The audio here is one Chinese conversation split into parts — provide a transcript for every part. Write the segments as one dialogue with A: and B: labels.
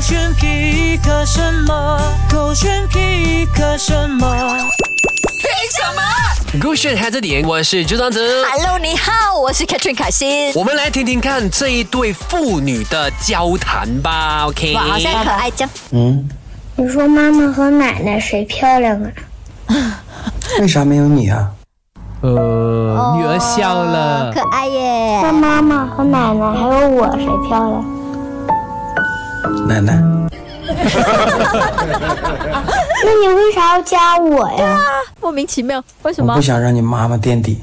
A: 选皮克什么？狗选皮克什么？
B: 勾选 h 着点，我是朱张子。
C: Hello，你好，我是 Catherine 凯欣。
B: 我们来听听看这一对父女的交谈吧，OK？
C: 哇，好像可爱酱。
D: 你说妈妈和奶奶谁漂亮啊？
E: 为啥没有你啊？
B: 呃，女儿笑
C: 哦
B: 了
C: 可，爱耶
D: 那。妈妈和奶奶还有我谁漂亮？
E: 奶奶，
D: 那你为啥要加我呀？
C: 莫名其妙，为什
E: 我
C: 么
E: 不？想让你妈妈垫底。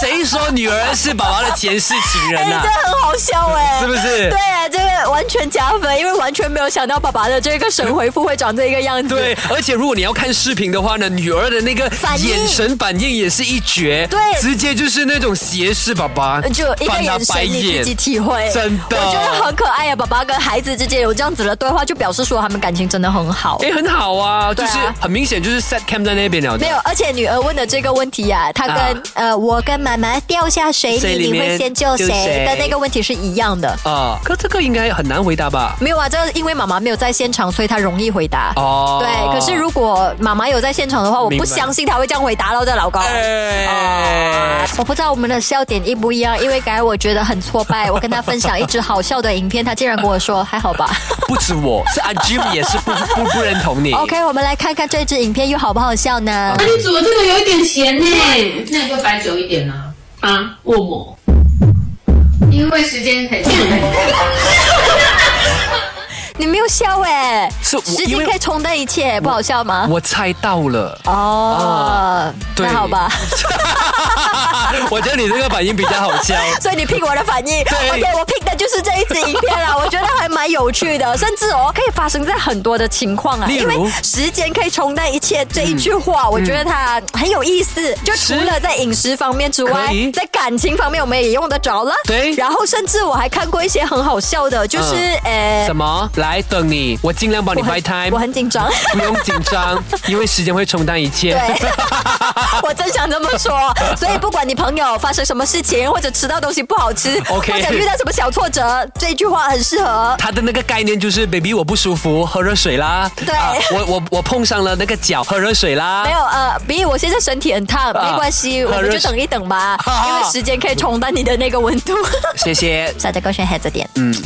B: 谁说女儿是宝宝的前世情人啊
C: 哎，
B: 呐、
C: 这很好笑哎，
B: 是不是
C: 对啊，这个完全加分，因为完全没有想到爸爸的这个神回复会长这个样子。
B: 对，而且如果你要看视频的话呢，女儿的那个
C: 反应
B: 眼神反应也是一绝，
C: 对
B: 直接就是那种斜视爸爸，
C: 就一个
B: 翻他
C: 眼
B: 白
C: 神，你
B: 眼
C: 自己体会，
B: 真的
C: 我觉得很可爱啊呀、爸爸跟孩子之间有这样子的对话，就表示说他们感情真的很好。
B: 哎，很好啊，就是
C: 对啊
B: 很明显就是 set cam 在那边了，
C: 没有，而且女儿问的这个问题呀、她跟、
B: 啊
C: 呃我跟妈妈掉下水
B: 水里
C: 里，你
B: 面
C: 会先救
B: 救谁
C: 谁的那个问题是一样的。
B: 啊，可这个应该很难回答吧？
C: 没有啊，这因为妈妈没有在现场，所以她容易回答。
B: 哦
C: 对，可是如果妈妈有在现场的话，我
B: 明
C: 不
B: 白
C: 相信她会这样回答到这老公。
B: 哎，
C: 我不知道我们的笑点一不一样，因为刚才我觉得很挫败。我跟她分享一支好笑的影片，她竟然跟我说还 好吧。
B: 不止我，是阿 Jim 也是不 不不认同你。
C: OK，我们来看看这支影片又好不好笑呢？
F: 那啊你煮的这个有一点咸呢，那你就摆久一点啦、啊。啊，为什么？因为时间很长。
C: 你没有笑哎、
B: 欸是我
C: 时
B: 因
C: 间
B: 为
C: 可以冲淡一切，不好笑吗？
B: 我猜到 了，
C: 哦，
B: 啊对，
C: 那好吧。
B: 我觉得你这个反应比较好笑。
C: 所以你 pick 我的反应
B: 对
C: ，OK，我 pick 的就是这一支影片 啦，我觉得还蛮有趣的，甚至哦可以发生在很多的情况啊，
B: 例
C: 因
B: 如
C: 为时间可以冲淡一切这一句话，我觉得它很有意思。就除了在饮食方面之外
B: 嗯可以，
C: 在感情方面我们也用得着啦。
B: 对嗯
C: 然后甚至我还看过一些很好笑的，就是呃
B: 什，么？来等你，我尽量帮你
C: 我
B: buy
C: 很
B: time，
C: 我很紧张。
B: 不用紧张，因为时间会冲淡一切。
C: 对， 我真想这么说。所以不管你朋友发生什么事情，或者吃到东西不好吃
B: OK 啊
C: 或者遇到什么小挫折，这句话很适合。
B: 他的那个概念就是 baby 我不舒服，喝热水啦。啊
C: 对
B: 我我我碰上了那个脚，喝热水啦。
C: 没有呃，比我现在身体很烫，
B: 啊
C: 没关系，
B: 喝
C: 我们
B: 热
C: 就等一 等吧，
B: 好
C: 因为时间可以冲淡你的那个温度。
B: 谢谢。
C: 大家勾选黑着点，嗯，